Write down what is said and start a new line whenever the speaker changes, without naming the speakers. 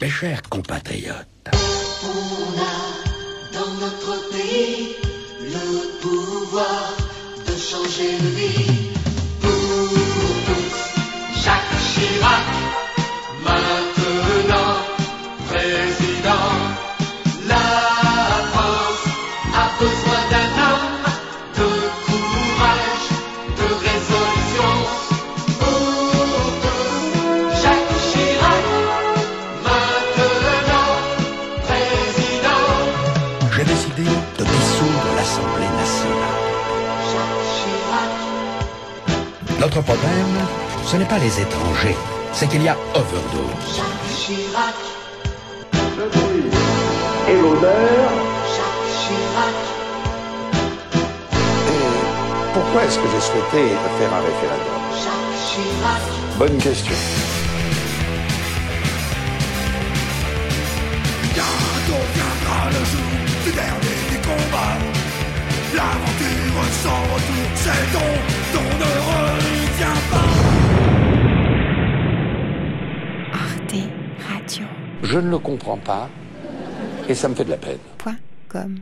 Mes chers compatriotes,
On a dans notre pays le pouvoir de changer de vie. Pour tous, Jacques Chirac, maintenant président. La France a besoin d'un homme de courage, de résolution. Pour tous, Jacques Chirac, maintenant président.
j'ai décidé de dissoudre l'Assemblée nationale.
Jacques Chirac,
Notre problème, ce n'est pas les étrangers, c'est qu'il y a overdose.
Jacques Chirac,
Le bruit et l'odeur.
Jacques Chirac,
Et pourquoi est-ce que j'ai souhaité faire un référendum
Jacques Chirac,
Bonne question.
Bientôt viendra le jour du dernier des combats. L'aventure sans retour, c'est donc on ne revient pas.
Arte Radio.
Je ne le comprends pas et ça me fait de la peine.
Point com.